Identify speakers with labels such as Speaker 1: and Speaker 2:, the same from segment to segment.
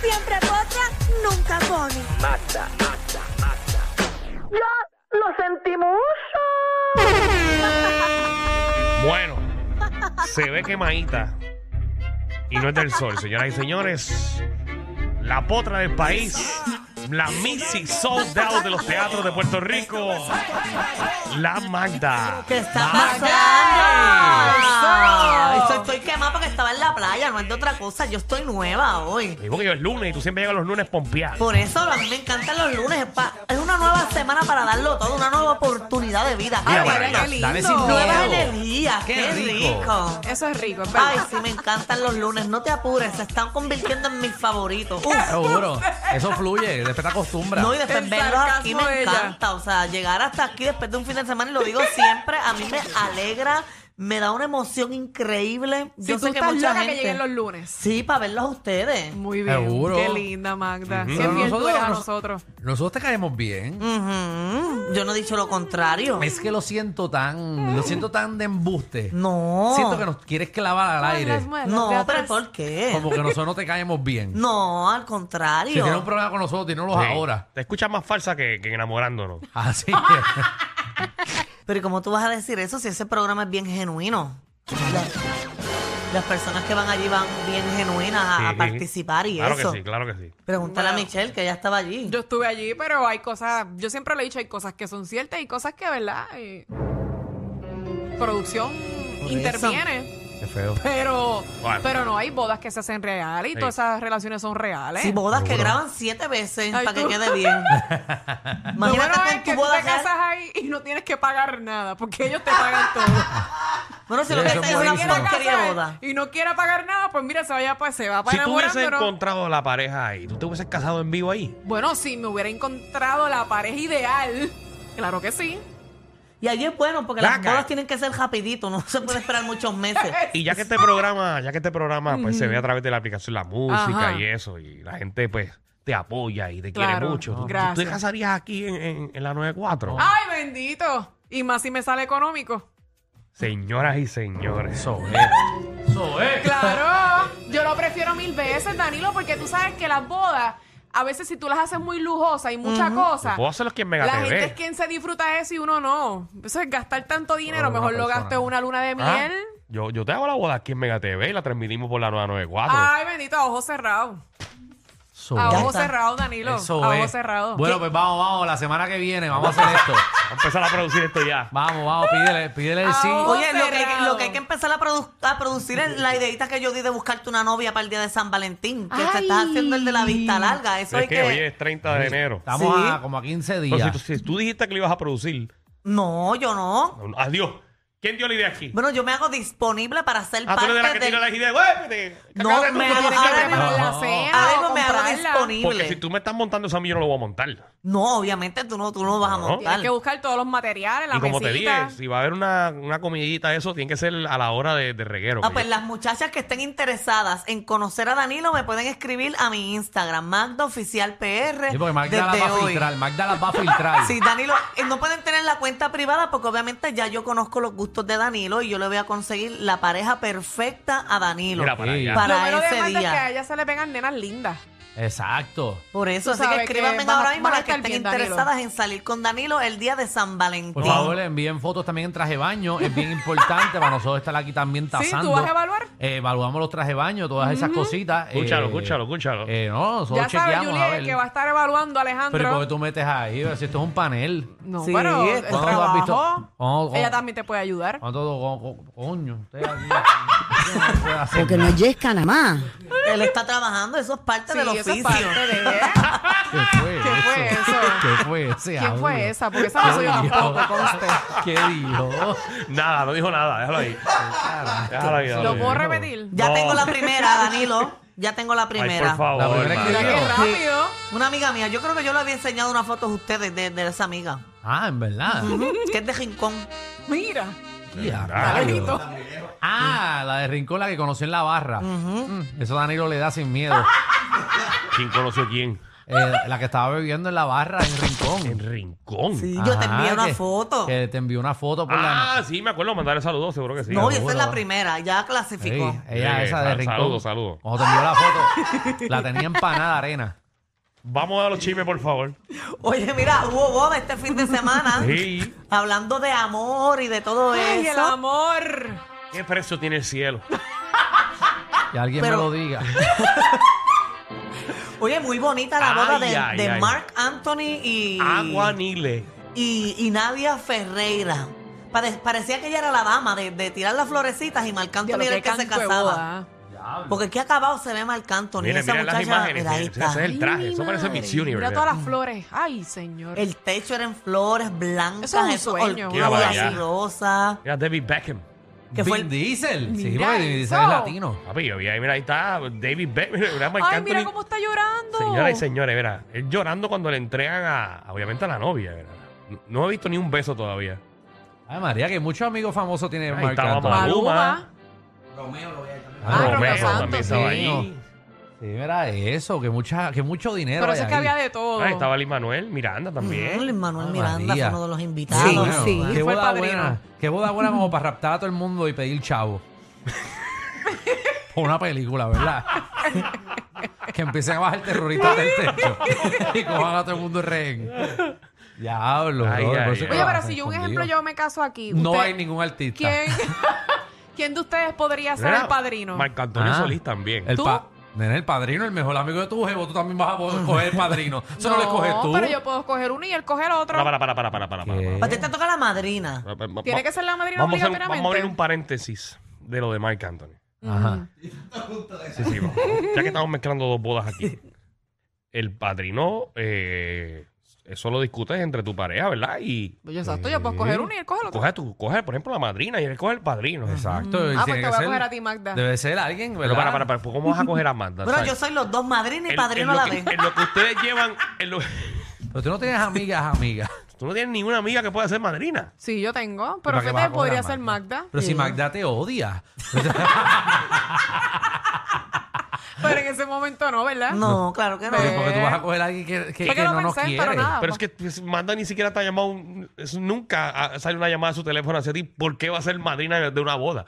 Speaker 1: Siempre potra, nunca pone.
Speaker 2: Mata, mata, mata.
Speaker 1: ¡Lo, lo sentimos!
Speaker 3: Bueno, se ve quemadita. Y no es del sol, señoras y señores. La potra del país. La Missy Sold Out de los teatros de Puerto Rico. La Magda.
Speaker 4: ¿Qué está
Speaker 1: Magda.
Speaker 4: pasando? Eso, estoy quemada porque estaba en la playa, no es de otra cosa. Yo estoy nueva hoy.
Speaker 3: Digo que yo es lunes y tú siempre llegas los lunes pompeada.
Speaker 4: Por eso a mí me encantan los lunes. Es, pa- es una nueva semana para darlo todo, una nueva oportunidad de vida.
Speaker 3: Mira,
Speaker 4: Ay,
Speaker 3: Magda,
Speaker 4: qué lindo.
Speaker 5: dale sin miedo.
Speaker 4: Nuevas energías, qué,
Speaker 5: Qué rico.
Speaker 4: rico.
Speaker 6: Eso es rico, es verdad.
Speaker 4: Ay, sí, me encantan los lunes. No te apures, se están convirtiendo en mis favoritos. Uf.
Speaker 5: Seguro. Eso fluye. Después te acostumbras.
Speaker 4: No, y después
Speaker 6: El
Speaker 4: verlos aquí
Speaker 6: sarcasmo
Speaker 4: me
Speaker 6: de ella.
Speaker 4: encanta. O sea, llegar hasta aquí después de un fin de semana, y lo digo siempre, a mí me alegra, me da una emoción increíble.
Speaker 6: si
Speaker 4: Yo
Speaker 6: tú
Speaker 4: sé que
Speaker 6: estás
Speaker 4: mucha
Speaker 6: loca
Speaker 4: gente.
Speaker 6: que lleguen los lunes.
Speaker 4: Sí, para verlos a ustedes.
Speaker 6: Muy bien.
Speaker 5: Seguro.
Speaker 6: Qué linda, Magda.
Speaker 3: Ujú.
Speaker 6: Qué
Speaker 5: Pero
Speaker 6: fiel tú
Speaker 5: nosotros-
Speaker 6: eres a
Speaker 5: nos-
Speaker 6: nosotros.
Speaker 5: Nosotros te caemos bien.
Speaker 4: Ujú. Yo no he dicho lo contrario.
Speaker 5: Es que lo siento tan, lo siento tan de embuste.
Speaker 4: No.
Speaker 5: Siento que nos quieres clavar al
Speaker 6: Ay, las
Speaker 5: aire.
Speaker 6: muelas de
Speaker 4: No,
Speaker 6: atrás.
Speaker 4: pero ¿por qué?
Speaker 5: Como que nosotros no te caemos bien.
Speaker 4: No, al
Speaker 5: Si
Speaker 4: contrario.
Speaker 5: tienes un problema con nosotros, dinoslos
Speaker 3: Sí.
Speaker 5: ahora.
Speaker 3: Te escuchas más falsa que, que enamorándonos.
Speaker 5: Así que.
Speaker 4: Pero ¿y cómo tú vas a decir eso si ese programa es bien genuino? Las, las personas que van allí van bien genuinas a, a
Speaker 3: Sí.
Speaker 4: participar y
Speaker 3: claro
Speaker 4: eso.
Speaker 3: que sí, claro que sí.
Speaker 4: Pregúntale a
Speaker 6: Bueno.
Speaker 4: Michelle que ella estaba allí.
Speaker 6: Yo estuve allí, pero hay cosas, yo siempre lo he dicho, hay cosas que son ciertas y cosas que, ¿verdad? Eh, producción
Speaker 4: Por
Speaker 6: interviene.
Speaker 5: Qué feo.
Speaker 6: Pero,
Speaker 3: Bueno.
Speaker 6: pero no, hay bodas que se hacen reales y
Speaker 3: Sí.
Speaker 6: todas esas relaciones son reales.
Speaker 4: Sí, bodas que
Speaker 5: Seguro.
Speaker 4: graban siete veces
Speaker 6: Ay,
Speaker 4: para que
Speaker 6: tú.
Speaker 4: quede bien.
Speaker 6: Lo bueno
Speaker 4: Imagínate tú
Speaker 6: es
Speaker 4: en
Speaker 6: que
Speaker 4: tu
Speaker 6: tú
Speaker 4: boda
Speaker 6: te casas
Speaker 4: real.
Speaker 6: ahí y no tienes que pagar nada, porque ellos te pagan todo.
Speaker 4: Bueno, si lo que
Speaker 5: Eso es
Speaker 4: haces es una
Speaker 5: buenísimo.
Speaker 4: porquería de boda.
Speaker 6: y no quiera pagar nada, pues mira, se vaya pues, se va para
Speaker 3: Si tú hubieses
Speaker 6: enamorando, ¿no?
Speaker 3: encontrado a la pareja ahí, tú te hubieses casado en vivo ahí.
Speaker 6: Bueno, si me hubiera encontrado la pareja ideal, claro que sí.
Speaker 4: Y allí es bueno porque las
Speaker 3: Laca.
Speaker 4: bodas tienen que ser rapidito, no se puede esperar muchos meses.
Speaker 3: Y ya que este programa, ya que este programa pues se ve a través de la aplicación la música
Speaker 6: Ajá.
Speaker 3: y eso, y la gente pues te apoya y te quiere
Speaker 6: Claro,
Speaker 3: mucho. ¿Tú, tú- tú te
Speaker 6: gracias.
Speaker 3: casarías aquí en, en- en la 94?
Speaker 6: Ay, bendito. Y más si me sale económico.
Speaker 3: Señoras y señores.
Speaker 5: Eso es. Eso es.
Speaker 6: Claro, yo lo prefiero mil veces, Danilo, porque tú sabes que las bodas, a veces si tú las haces muy lujosas y muchas
Speaker 3: Yo
Speaker 6: cosas,
Speaker 3: Puedo hacerlo aquí en Mega
Speaker 6: la
Speaker 3: TV.
Speaker 6: gente es quien se disfruta eso y uno no. Eso es gastar tanto dinero,
Speaker 5: Por una
Speaker 6: mejor lo
Speaker 5: persona.
Speaker 6: gasto en una luna de
Speaker 3: Ah,
Speaker 6: miel.
Speaker 3: yo, yo te hago la boda aquí en Mega TV y la transmitimos por la 994.
Speaker 6: Ay, bendito, a ojos cerrados.
Speaker 5: Eso
Speaker 6: A
Speaker 5: es.
Speaker 6: ojos
Speaker 4: está.
Speaker 6: cerrados, Danilo.
Speaker 5: Eso
Speaker 6: a ojos
Speaker 5: es.
Speaker 6: cerrados.
Speaker 5: Bueno, pues vamos, vamos. La semana que viene vamos a hacer esto.
Speaker 3: Vamos a empezar a producir esto ya.
Speaker 5: Vamos, vamos. Pídele, pídele el sí.
Speaker 4: Ah,
Speaker 6: Ahora.
Speaker 4: Oye, lo que, hay que-
Speaker 6: Cerrado.
Speaker 4: lo que hay que empezar a, produ- a producir es la ideita que yo di de buscarte una novia para el día de San Valentín. Que te
Speaker 6: Ay.
Speaker 4: estás haciendo el de la vista larga. Eso
Speaker 3: es
Speaker 4: hay
Speaker 3: que,
Speaker 4: que.
Speaker 3: hoy es 30 de enero.
Speaker 5: Estamos
Speaker 4: Sí.
Speaker 5: a como a 15
Speaker 3: Pero si,
Speaker 5: días.
Speaker 3: tú- si tú dijiste que lo ibas a producir,
Speaker 4: No, yo no.
Speaker 3: adiós. ¿Quién dio la idea aquí?
Speaker 4: Bueno, yo me hago disponible para ser
Speaker 3: Ah, tú
Speaker 4: parte
Speaker 3: eres de la que
Speaker 4: del-
Speaker 3: tira las ideas. ¡Güey, vete!
Speaker 4: No,
Speaker 3: Cágate tú,
Speaker 4: me
Speaker 3: tú
Speaker 4: hago-
Speaker 3: tienes que
Speaker 4: ahora
Speaker 3: preparar.
Speaker 6: Preparar la
Speaker 5: Ajá.
Speaker 6: cena
Speaker 4: Algo
Speaker 6: o
Speaker 4: me hago
Speaker 6: comprarla.
Speaker 4: disponible.
Speaker 3: Porque si tú me estás montando eso a mí, yo no lo voy a montar.
Speaker 4: No, obviamente tú no, tú no vas a
Speaker 3: No.
Speaker 4: montar.
Speaker 6: Tienes que buscar todos los materiales, la
Speaker 3: Y como te
Speaker 6: mesita.
Speaker 3: dije, si va a haber una, una comidita, eso tiene que ser a la hora de, de reguero.
Speaker 4: Ah,
Speaker 3: que
Speaker 4: pues
Speaker 3: yo-
Speaker 4: las muchachas que estén interesadas en conocer a Danilo me pueden escribir a mi Instagram, Magda Oficial PR.
Speaker 5: Sí, porque Magda las
Speaker 4: desde
Speaker 5: va a
Speaker 4: hoy.
Speaker 5: filtrar. Magda las va a filtrar.
Speaker 4: Sí, Danilo, eh, no pueden tener la cuenta privada porque obviamente ya yo conozco los gustos de Danilo y yo le voy a conseguir la pareja perfecta a Danilo.
Speaker 3: Mira para
Speaker 5: Sí.
Speaker 3: allá.
Speaker 4: para
Speaker 6: Lo bueno de
Speaker 4: ese
Speaker 6: Amanda
Speaker 4: día.
Speaker 6: es que a ella se le pegan nenas lindas.
Speaker 5: Exacto.
Speaker 4: Por eso,
Speaker 6: Tú
Speaker 4: así que
Speaker 6: sabes que
Speaker 4: escríbanme
Speaker 6: vas a-
Speaker 4: ahora mismo
Speaker 6: vas a
Speaker 4: las que
Speaker 6: estar
Speaker 4: estén
Speaker 6: bien, Danilo.
Speaker 4: interesadas en salir con Danilo el día de San Valentín.
Speaker 5: Por favor, eh. le envíen fotos también en traje de baño. Es bien importante para nosotros estar aquí también
Speaker 6: Sí,
Speaker 5: tasando.
Speaker 6: ¿tú vas a evaluar?
Speaker 5: Eh, evaluamos los trajes de baño, todas esas cositas.
Speaker 3: Escúchalo,
Speaker 5: eh,
Speaker 3: escúchalo, escúchalo.
Speaker 5: Eh, no, nosotros
Speaker 6: Ya
Speaker 5: chequeamos
Speaker 6: sabes,
Speaker 5: a
Speaker 6: Juliet,
Speaker 5: ver.
Speaker 6: que va a estar evaluando a
Speaker 5: Pero ¿y por qué
Speaker 6: Alejandro.
Speaker 5: tú metes ahí? Si esto es un panel.
Speaker 6: No,
Speaker 4: Sí,
Speaker 6: pero
Speaker 4: ¿cuándo
Speaker 6: el
Speaker 5: tú has visto?
Speaker 6: trabajo,
Speaker 5: ¿Cuándo-
Speaker 6: ella
Speaker 5: cuándo-
Speaker 6: también te puede ayudar.
Speaker 5: ¿Cuánto co- co- coño? Usted aquí, usted no puede hacer
Speaker 7: Porque no
Speaker 5: nada.
Speaker 7: yesca nada más.
Speaker 4: Él está trabajando, eso es parte
Speaker 6: Sí,
Speaker 4: del
Speaker 6: eso
Speaker 4: oficio.
Speaker 6: es parte de
Speaker 5: ¿Qué fue
Speaker 6: ¿Qué fue
Speaker 5: eso?
Speaker 6: eso?
Speaker 5: ¿Qué fue ese
Speaker 6: ¿Quién
Speaker 5: audio?
Speaker 6: fue esa? Porque esa no soy yo
Speaker 5: ¿Qué
Speaker 6: tampoco,
Speaker 5: dijo?
Speaker 6: conste.
Speaker 5: ¿Qué dijo?
Speaker 3: Nada, no dijo nada. Déjalo ahí. Déjalo ahí. déjalo
Speaker 6: ¿Lo
Speaker 3: ahí.
Speaker 6: puedo repetir?
Speaker 4: Ya
Speaker 3: No.
Speaker 4: tengo la primera, Danilo. Ya tengo la
Speaker 3: Ay,
Speaker 4: primera.
Speaker 3: por favor.
Speaker 5: La primera
Speaker 3: hermano.
Speaker 5: que
Speaker 6: Mira qué
Speaker 5: Sí.
Speaker 6: rápido.
Speaker 4: Una amiga mía, yo creo que yo le había enseñado una foto a ustedes de, de esa amiga,
Speaker 5: Ah, en verdad.
Speaker 4: que es de Rincón.
Speaker 6: Mira,
Speaker 5: Ya,
Speaker 3: Dale,
Speaker 5: rayos.
Speaker 6: Alejito.
Speaker 5: Ah, la de Rincón, la que conoció en la barra. Mm, Eso Danilo le da sin miedo.
Speaker 3: ¿Quién conoció a quién?
Speaker 5: eh, la que estaba bebiendo en la barra en Rincón.
Speaker 3: En rincón.
Speaker 4: Sí, yo te
Speaker 5: Ajá,
Speaker 4: envié una
Speaker 5: que-
Speaker 4: foto.
Speaker 5: Que te envió una foto por la
Speaker 3: Ah, sí, me acuerdo mandarle saludos, seguro que sí.
Speaker 4: no, y esa
Speaker 5: seguro.
Speaker 4: es la primera, ya clasificó.
Speaker 5: Sí, ella
Speaker 3: Eh,
Speaker 5: esa de
Speaker 3: sal-
Speaker 5: Rincón.
Speaker 3: saludo, saludo.
Speaker 5: Cuando te envió la foto, la tenía empanada de arena.
Speaker 3: Vamos a los chismes, por favor.
Speaker 4: Oye, mira, hubo boda este fin de semana.
Speaker 3: Sí.
Speaker 4: Hablando de amor y de todo
Speaker 6: Ay, el
Speaker 4: eso.
Speaker 6: amor.
Speaker 3: ¿Qué precio tiene el cielo?
Speaker 5: Que alguien
Speaker 4: Pero-
Speaker 5: me lo diga.
Speaker 4: Oye, muy bonita la boda
Speaker 3: Ay,
Speaker 4: de,
Speaker 3: ay,
Speaker 4: de
Speaker 3: ay.
Speaker 4: Mark Anthony y,
Speaker 3: Agua Nile.
Speaker 4: y, y Nadia Ferreira. Pare- parecía que ella era la dama de, de tirar las florecitas y Marc Anthony
Speaker 6: Diablo,
Speaker 4: era el
Speaker 6: qué
Speaker 4: que se
Speaker 6: canto de
Speaker 4: casaba.
Speaker 6: boda.
Speaker 4: Porque aquí acabado se ve Marc Anthony.
Speaker 3: Miren,
Speaker 4: Esa
Speaker 3: miren las
Speaker 4: muchacha,
Speaker 3: imágenes.
Speaker 4: mira, ahí
Speaker 3: Ese es
Speaker 4: está.
Speaker 3: el traje. Eso
Speaker 6: Mi
Speaker 3: parece
Speaker 6: madre.
Speaker 3: Miss
Speaker 6: Mira
Speaker 3: Universe.
Speaker 6: todas las flores. Ay, señor.
Speaker 4: El techo era en flores blancas,
Speaker 6: Eso es un
Speaker 4: eso,
Speaker 6: sueño,
Speaker 3: una boda
Speaker 4: orquídeas y
Speaker 3: así.
Speaker 4: rosas.
Speaker 3: Mira, David Beckham.
Speaker 4: Que
Speaker 5: Vin
Speaker 4: fue el-
Speaker 5: Diesel. Sí,
Speaker 6: Mira
Speaker 5: porque Vin
Speaker 6: eso.
Speaker 5: Diesel es latino.
Speaker 3: Papi, yo vi ahí, mira, ahí está David Beckham. Mira, Marc
Speaker 6: Ay, mira
Speaker 3: Anthony.
Speaker 6: cómo está llorando.
Speaker 3: Señoras y señores, mira, él llorando cuando le entregan a, obviamente a la novia, mira. No- No he visto ni un beso todavía.
Speaker 5: Ay, María, que muchos amigos famosos tiene
Speaker 3: Ahí
Speaker 5: Marc
Speaker 3: está,
Speaker 5: Anthony.
Speaker 3: mamá.
Speaker 6: Maluma. Ah, Romeo
Speaker 3: Romeo
Speaker 6: Santos,
Speaker 3: también estaba
Speaker 5: sí.
Speaker 3: ahí.
Speaker 5: Sí, mira eso, que, mucha, que mucho dinero.
Speaker 6: Pero
Speaker 5: hay
Speaker 6: eso es que
Speaker 5: ahí.
Speaker 6: había de todo.
Speaker 3: Ahí Ah, estaba Lee Manuel, Miranda
Speaker 6: Mm,
Speaker 3: también.
Speaker 4: Luis Manuel
Speaker 5: Ay,
Speaker 4: Miranda
Speaker 5: María.
Speaker 4: fue uno de los
Speaker 5: Qué
Speaker 4: invitados.
Speaker 5: bueno,
Speaker 6: sí.
Speaker 5: Qué
Speaker 6: Fue el
Speaker 5: boda
Speaker 6: padrino.
Speaker 5: buena. Qué boda buena como para raptar a todo el mundo y pedir chavo. Por una película, ¿verdad? que empiecen a bajar terroristas del techo y cojan a todo el mundo en rehén. Diablo,
Speaker 3: Ay,
Speaker 5: brother,
Speaker 3: ay,
Speaker 5: por eso
Speaker 3: ay.
Speaker 5: que
Speaker 6: Oye, pero
Speaker 5: vas
Speaker 6: si yo un
Speaker 5: escondido.
Speaker 6: ejemplo, yo me caso aquí.
Speaker 5: No
Speaker 6: usted-
Speaker 5: hay ningún artista.
Speaker 6: ¿Quién, ¿Quién de ustedes podría ser
Speaker 3: Mira,
Speaker 6: el padrino?
Speaker 3: Marc Antonio
Speaker 5: Ah.
Speaker 3: Solís también.
Speaker 5: El
Speaker 6: ¿Tú?
Speaker 5: pa- Nene, el padrino, el mejor amigo de tu jevo, tú también vas a po- coger el padrino. Eso no, lo escoges tú.
Speaker 6: pero yo puedo escoger uno y él coge el otro.
Speaker 3: Para, para, para, para, para, para, para,
Speaker 5: ¿Qué?
Speaker 4: Para ti te toca la madrina.
Speaker 3: para, para, para.
Speaker 6: Tiene que ser la madrina
Speaker 3: Vamos a, hacer un-
Speaker 6: obligatoriamente.
Speaker 3: vamos a abrir un paréntesis de lo de Marc Anthony.
Speaker 5: Ajá.
Speaker 3: Sí, sí, vamos. ya que estamos mezclando dos bodas aquí. El padrino, eh, eso lo discutes entre tu pareja, ¿verdad? Y
Speaker 6: Oye, exacto, Pues yo puedo escoger uno y él coge el otro.
Speaker 3: coge, tu, coge, por ejemplo, la madrina y él coge el padrino.
Speaker 5: Exacto.
Speaker 6: ah,
Speaker 5: y
Speaker 6: pues
Speaker 5: tiene
Speaker 6: te
Speaker 5: que
Speaker 6: voy a
Speaker 5: ser-
Speaker 6: coger a ti, Magda.
Speaker 5: Debe ser alguien, ¿verdad?
Speaker 3: Pero para, para, para, ¿cómo vas a coger a Amanda?
Speaker 4: Bueno,
Speaker 3: ¿Sabes?
Speaker 4: yo soy los dos madrina y
Speaker 3: En-
Speaker 4: padrino a
Speaker 3: en
Speaker 4: la
Speaker 3: lo que-
Speaker 4: vez.
Speaker 3: En lo que ustedes llevan, en lo-
Speaker 5: Pero tú no tienes amigas, amigas.
Speaker 3: tú no tienes ninguna amiga que pueda ser madrina.
Speaker 6: Sí, yo tengo. Pero
Speaker 5: ¿Para qué vas a
Speaker 6: fíjate,
Speaker 5: coger
Speaker 6: podría
Speaker 5: a
Speaker 6: ser Magda.
Speaker 5: Pero si
Speaker 4: Sí.
Speaker 5: Magda te odia.
Speaker 6: Pero en ese momento no, ¿verdad?
Speaker 4: No, claro que no.
Speaker 5: Porque, porque tú vas a coger a alguien que, que,
Speaker 6: Fue que
Speaker 5: que
Speaker 6: lo
Speaker 5: no nos
Speaker 6: pensé,
Speaker 5: quiere.
Speaker 6: pero nada.
Speaker 3: Pero es que pues, Amanda ni siquiera te ha llamado, un- es- nunca ah, sale una llamada a su teléfono hacia ti. ¿Por qué va a ser madrina de una boda?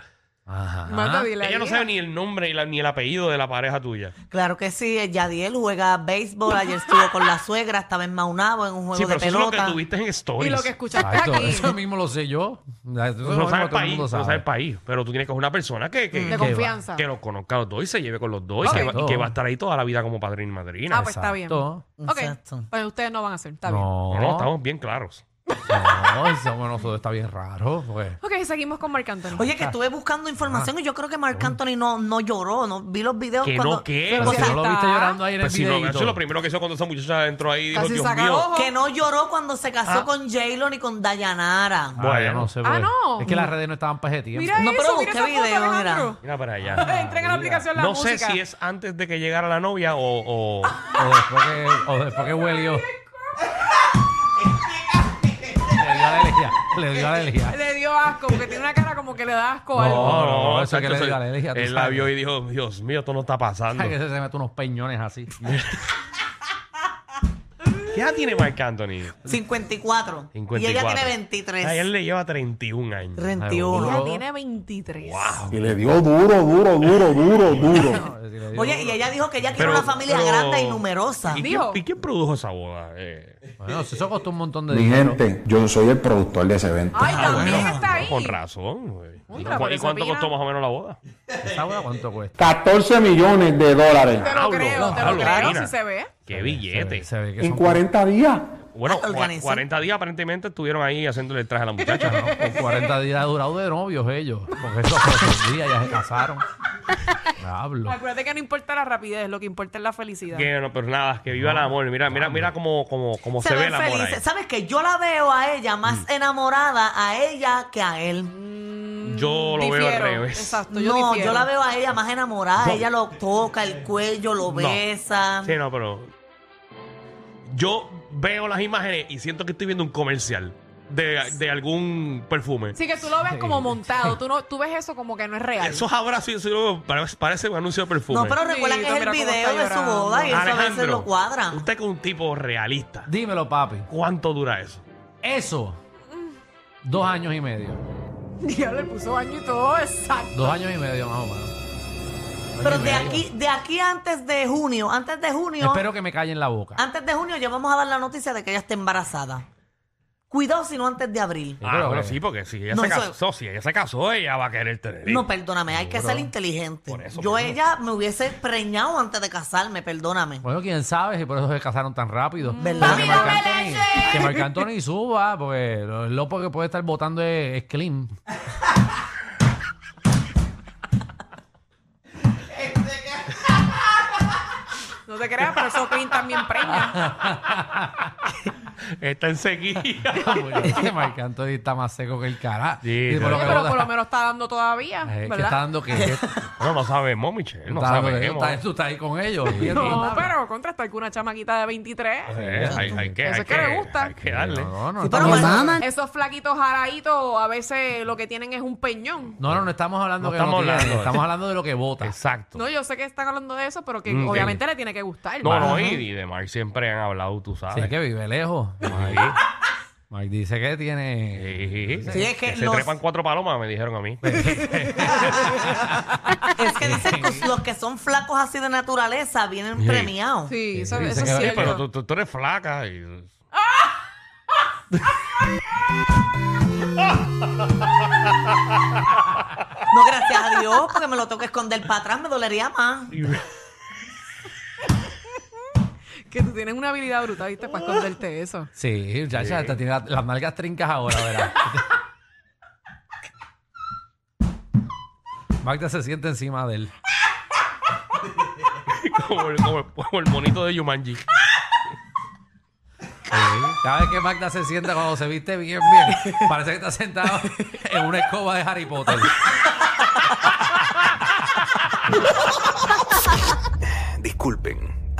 Speaker 5: Ajá.
Speaker 6: Magda, dile
Speaker 3: Ella no
Speaker 6: ahí.
Speaker 3: sabe ni el nombre y la- ni el apellido de la pareja tuya.
Speaker 4: Claro que sí, el Yadiel juega béisbol, ayer estuvo con la suegra, estaba en Maunabo en un juego
Speaker 3: Sí,
Speaker 4: de
Speaker 3: pero eso es lo que
Speaker 4: pelota.
Speaker 3: tuviste en Stories.
Speaker 6: Y lo que escuchaste
Speaker 5: Exacto,
Speaker 6: aquí.
Speaker 5: eso mismo lo sé yo. Eso
Speaker 3: No,
Speaker 5: mismo
Speaker 3: sabe el
Speaker 5: todo el
Speaker 3: país,
Speaker 5: mundo
Speaker 3: no sabe el país. Pero tú tienes que es una persona que, que,
Speaker 6: De
Speaker 5: va?
Speaker 6: confianza.
Speaker 3: que los conozca a los dos y se lleve con los dos y
Speaker 5: Ok.
Speaker 3: que, va, y que va a estar ahí toda la vida como padrino y madrina.
Speaker 6: Ah, pues está bien. Ok.
Speaker 5: Exacto.
Speaker 4: Exacto.
Speaker 6: Pues ustedes no van a ser, está bien.
Speaker 5: No,
Speaker 3: No, no, estamos bien claros.
Speaker 5: no, eso, bueno, eso está bien raro. Pues.
Speaker 6: Ok, seguimos con Marc Anthony.
Speaker 4: Oye, que estuve buscando información
Speaker 3: Ah.
Speaker 4: y yo creo que Marc Anthony no, no lloró, no vi los videos
Speaker 3: Que
Speaker 4: cuando-
Speaker 3: no, que
Speaker 6: Pero
Speaker 5: Pero
Speaker 6: si
Speaker 5: si no
Speaker 6: ahí
Speaker 5: lo
Speaker 6: está.
Speaker 5: viste llorando ahí en
Speaker 3: Pues
Speaker 5: el
Speaker 3: sí, lo,
Speaker 5: videíto.
Speaker 3: eso es lo primero que hizo cuando esa muchacha entró ahí dijo,
Speaker 6: Casi
Speaker 3: Dios
Speaker 6: saca
Speaker 3: mío.
Speaker 6: ojo.
Speaker 4: que no lloró cuando se
Speaker 3: Ah.
Speaker 4: casó con J-Lo ni con Dayanara.
Speaker 5: Ah,
Speaker 3: Bueno.
Speaker 5: yo no sé.
Speaker 6: Ah,
Speaker 5: pues.
Speaker 6: no.
Speaker 5: Es que las redes no estaban para ese tiempo.
Speaker 6: Mira
Speaker 4: No,
Speaker 6: eso,
Speaker 4: pero busqué
Speaker 6: mira esa foto,
Speaker 4: video, mira.
Speaker 6: Alejandro.
Speaker 3: Mira para allá.
Speaker 6: Entrega la aplicación la
Speaker 3: no
Speaker 6: música.
Speaker 3: sé si es antes de que llegara la novia o... o-
Speaker 5: O después que, o después que huelió. le dio alergia. Le dio alergia.
Speaker 6: Le dio asco, porque tiene una cara como que le da asco
Speaker 5: No.
Speaker 6: a algo.
Speaker 5: eso es que
Speaker 3: exacto,
Speaker 5: le dio
Speaker 3: eso-
Speaker 5: alergia, tú
Speaker 3: Él la
Speaker 5: sabes.
Speaker 3: vio y dijo, Dios mío, esto no está pasando.
Speaker 5: Que se, se mete unos peñones así.
Speaker 3: ¿Qué edad tiene Marc Anthony?
Speaker 4: 54.
Speaker 3: 54.
Speaker 4: Y ella tiene 23.
Speaker 3: A él le lleva 31 años.
Speaker 4: 31.
Speaker 6: Ella tiene 23.
Speaker 7: Y le dio duro, duro, duro, duro, duro.
Speaker 4: Oye, y ella dijo que ella quiere
Speaker 3: Pero-
Speaker 4: una familia
Speaker 3: pero-
Speaker 4: grande y numerosa.
Speaker 3: ¿Y, quién,
Speaker 6: Dijo.
Speaker 3: y quién produjo esa boda? Eh,
Speaker 5: Bueno, si eso costó un montón de
Speaker 7: Mi
Speaker 5: dinero.
Speaker 7: gente, yo soy el productor de ese evento.
Speaker 6: Ay, también
Speaker 4: bueno.
Speaker 6: está ahí.
Speaker 3: ah, con razón. güey. ¿Y,
Speaker 6: Contra,
Speaker 3: cu-
Speaker 6: por
Speaker 3: y
Speaker 6: esa
Speaker 3: cuánto
Speaker 6: pina.
Speaker 3: costó más o menos la boda?
Speaker 5: ¿Esa boda cuánto cuesta?
Speaker 7: 14 millones de dólares
Speaker 6: Te lo
Speaker 3: Pablo,
Speaker 6: creo, te lo
Speaker 3: Pablo,
Speaker 6: creo,
Speaker 3: mira.
Speaker 6: si se ve.
Speaker 3: ¡Qué billete!
Speaker 5: Se ve, se ve que
Speaker 7: en
Speaker 5: son
Speaker 7: 40 días.
Speaker 3: Bueno,
Speaker 4: Ah,
Speaker 3: cua-
Speaker 4: organizó.
Speaker 3: 40 días aparentemente estuvieron ahí haciéndole el traje a la muchacha. ¿no?
Speaker 5: como 40 días durado de novios ellos. Porque esos otros días ya se casaron. Diablo.
Speaker 6: Acuérdate que no importa la rapidez, lo que importa es la felicidad.
Speaker 3: Que no, pero nada, que viva el amor. Mira, mira, mira cómo, cómo, cómo se,
Speaker 4: se
Speaker 3: ve
Speaker 4: ven
Speaker 3: el amor.
Speaker 4: felices.
Speaker 3: ahí. Mm.
Speaker 4: ¿Sabes que Yo la veo a ella más enamorada a ella que a él.
Speaker 3: Yo lo veo al
Speaker 6: Difiero,
Speaker 3: revés.
Speaker 6: Exacto, yo
Speaker 4: No,
Speaker 6: difiero.
Speaker 4: yo la veo a ella más enamorada. Ella lo toca, el cuello, lo besa.
Speaker 3: Sí, no, pero. Yo veo las imágenes y siento que estoy viendo un comercial. de, de algún perfume.
Speaker 6: Sí, que tú lo ves como montado. Tú, no, tú ves eso como que no es real.
Speaker 3: Esos abrazos, yo- yo- parece, parece un anuncio de perfume.
Speaker 4: No, pero recuerda que es el
Speaker 6: Mira cómo está
Speaker 4: video de su
Speaker 6: llorando.
Speaker 4: boda y eso a veces
Speaker 3: Alejandro,
Speaker 4: lo cuadra.
Speaker 3: Usted que es un tipo realista,
Speaker 5: Dímelo, papi.
Speaker 3: ¿cuánto dura eso?
Speaker 5: Eso. Dos años y medio.
Speaker 6: Diablo, le puso baño y todo, exacto.
Speaker 5: Dos años y medio más o menos. Dos
Speaker 4: Pero
Speaker 5: años y
Speaker 4: de
Speaker 5: medio.
Speaker 4: aquí, de aquí antes de junio, antes de junio,
Speaker 5: Espero que me callen la boca.
Speaker 4: antes de junio ya vamos a dar la noticia de que ella está embarazada. Cuidado si no antes de abril.
Speaker 5: Yo
Speaker 3: Ah,
Speaker 5: creo
Speaker 3: bueno,
Speaker 5: que-
Speaker 3: sí, porque si ella
Speaker 4: No,
Speaker 3: se
Speaker 4: eso-
Speaker 3: casó, si ella se casó, ella va a querer tener.
Speaker 4: No, perdóname, hay que ser inteligente. Yo ella me hubiese preñado antes de casarme, perdóname.
Speaker 5: Bueno, quién sabe si por eso se casaron tan rápido.
Speaker 4: ¿Verdad?
Speaker 5: Que
Speaker 4: Papi,
Speaker 5: Marc
Speaker 6: no me
Speaker 5: Anthony-
Speaker 6: leches.
Speaker 5: que Marc Anthony suba, porque lo el loco que puede estar votando es, es Klim.
Speaker 6: No te creas, pero eso Clint también preña.
Speaker 3: Está en sequía.
Speaker 5: Porque Marc Anthony está más seco que el cara.
Speaker 3: Sí, sí.
Speaker 5: por lo
Speaker 6: Oye,
Speaker 5: que
Speaker 6: pero
Speaker 5: vota-
Speaker 6: por lo menos está dando todavía,
Speaker 5: Eh, que está
Speaker 6: ¿verdad?
Speaker 5: dando que.
Speaker 3: no, no sabemos, Michelle, no ¿eh?
Speaker 5: Está dando-
Speaker 3: sabemos.
Speaker 5: está- tú estás ahí con ellos. y
Speaker 6: No, pero contra está alguna chamaquita de 23.
Speaker 3: Eh, hay, hay que,
Speaker 6: Eso
Speaker 3: hay
Speaker 6: es que le gusta.
Speaker 3: hay que darle.
Speaker 5: No, no, no,
Speaker 4: Sí,
Speaker 5: estamos-
Speaker 4: pero bueno,
Speaker 6: Esos flaquitos jaraditos a veces lo que tienen es un peñón.
Speaker 5: no, no, no estamos hablando
Speaker 3: No
Speaker 5: que
Speaker 3: estamos
Speaker 5: no tiene,
Speaker 3: hablando.
Speaker 5: estamos hablando de lo que vota.
Speaker 3: Exacto.
Speaker 6: No, yo sé que están hablando de eso, pero que
Speaker 3: Mm,
Speaker 6: obviamente le tiene que gustar.
Speaker 3: No, no,
Speaker 6: Ajá.
Speaker 3: y, y de Mark siempre han hablado, tú
Speaker 5: Sí,
Speaker 3: sabes.
Speaker 5: es que vive lejos.
Speaker 3: Ahí.
Speaker 5: Mike dice que tiene.
Speaker 3: Sí, sí, sí.
Speaker 4: Sí, es que
Speaker 3: se
Speaker 4: los-
Speaker 3: trepan cuatro palomas, me dijeron a mí.
Speaker 4: Es que dicen que los que son flacos así de naturaleza vienen
Speaker 3: Sí.
Speaker 4: premiados.
Speaker 6: Sí, eso,
Speaker 5: Sí,
Speaker 6: eso
Speaker 5: sí,
Speaker 6: es
Speaker 5: que-
Speaker 3: Sí,
Speaker 6: cierto.
Speaker 3: pero tú, tú- tú eres flaca. y-
Speaker 4: No, gracias a Dios, porque me lo tengo que esconder para atrás, me dolería más.
Speaker 6: Que tú tienes una habilidad brutal, ¿viste? Para esconderte eso.
Speaker 5: Sí, muchacha, hasta tiene la- las nalgas trincas ahora, ¿verdad? Magda se siente encima de él.
Speaker 3: como, el, como el- como el monito de Yumanji.
Speaker 5: Cada vez que Magda se sienta cuando se viste bien, bien, parece que está sentado en una escoba de Harry Potter.
Speaker 2: Disculpen,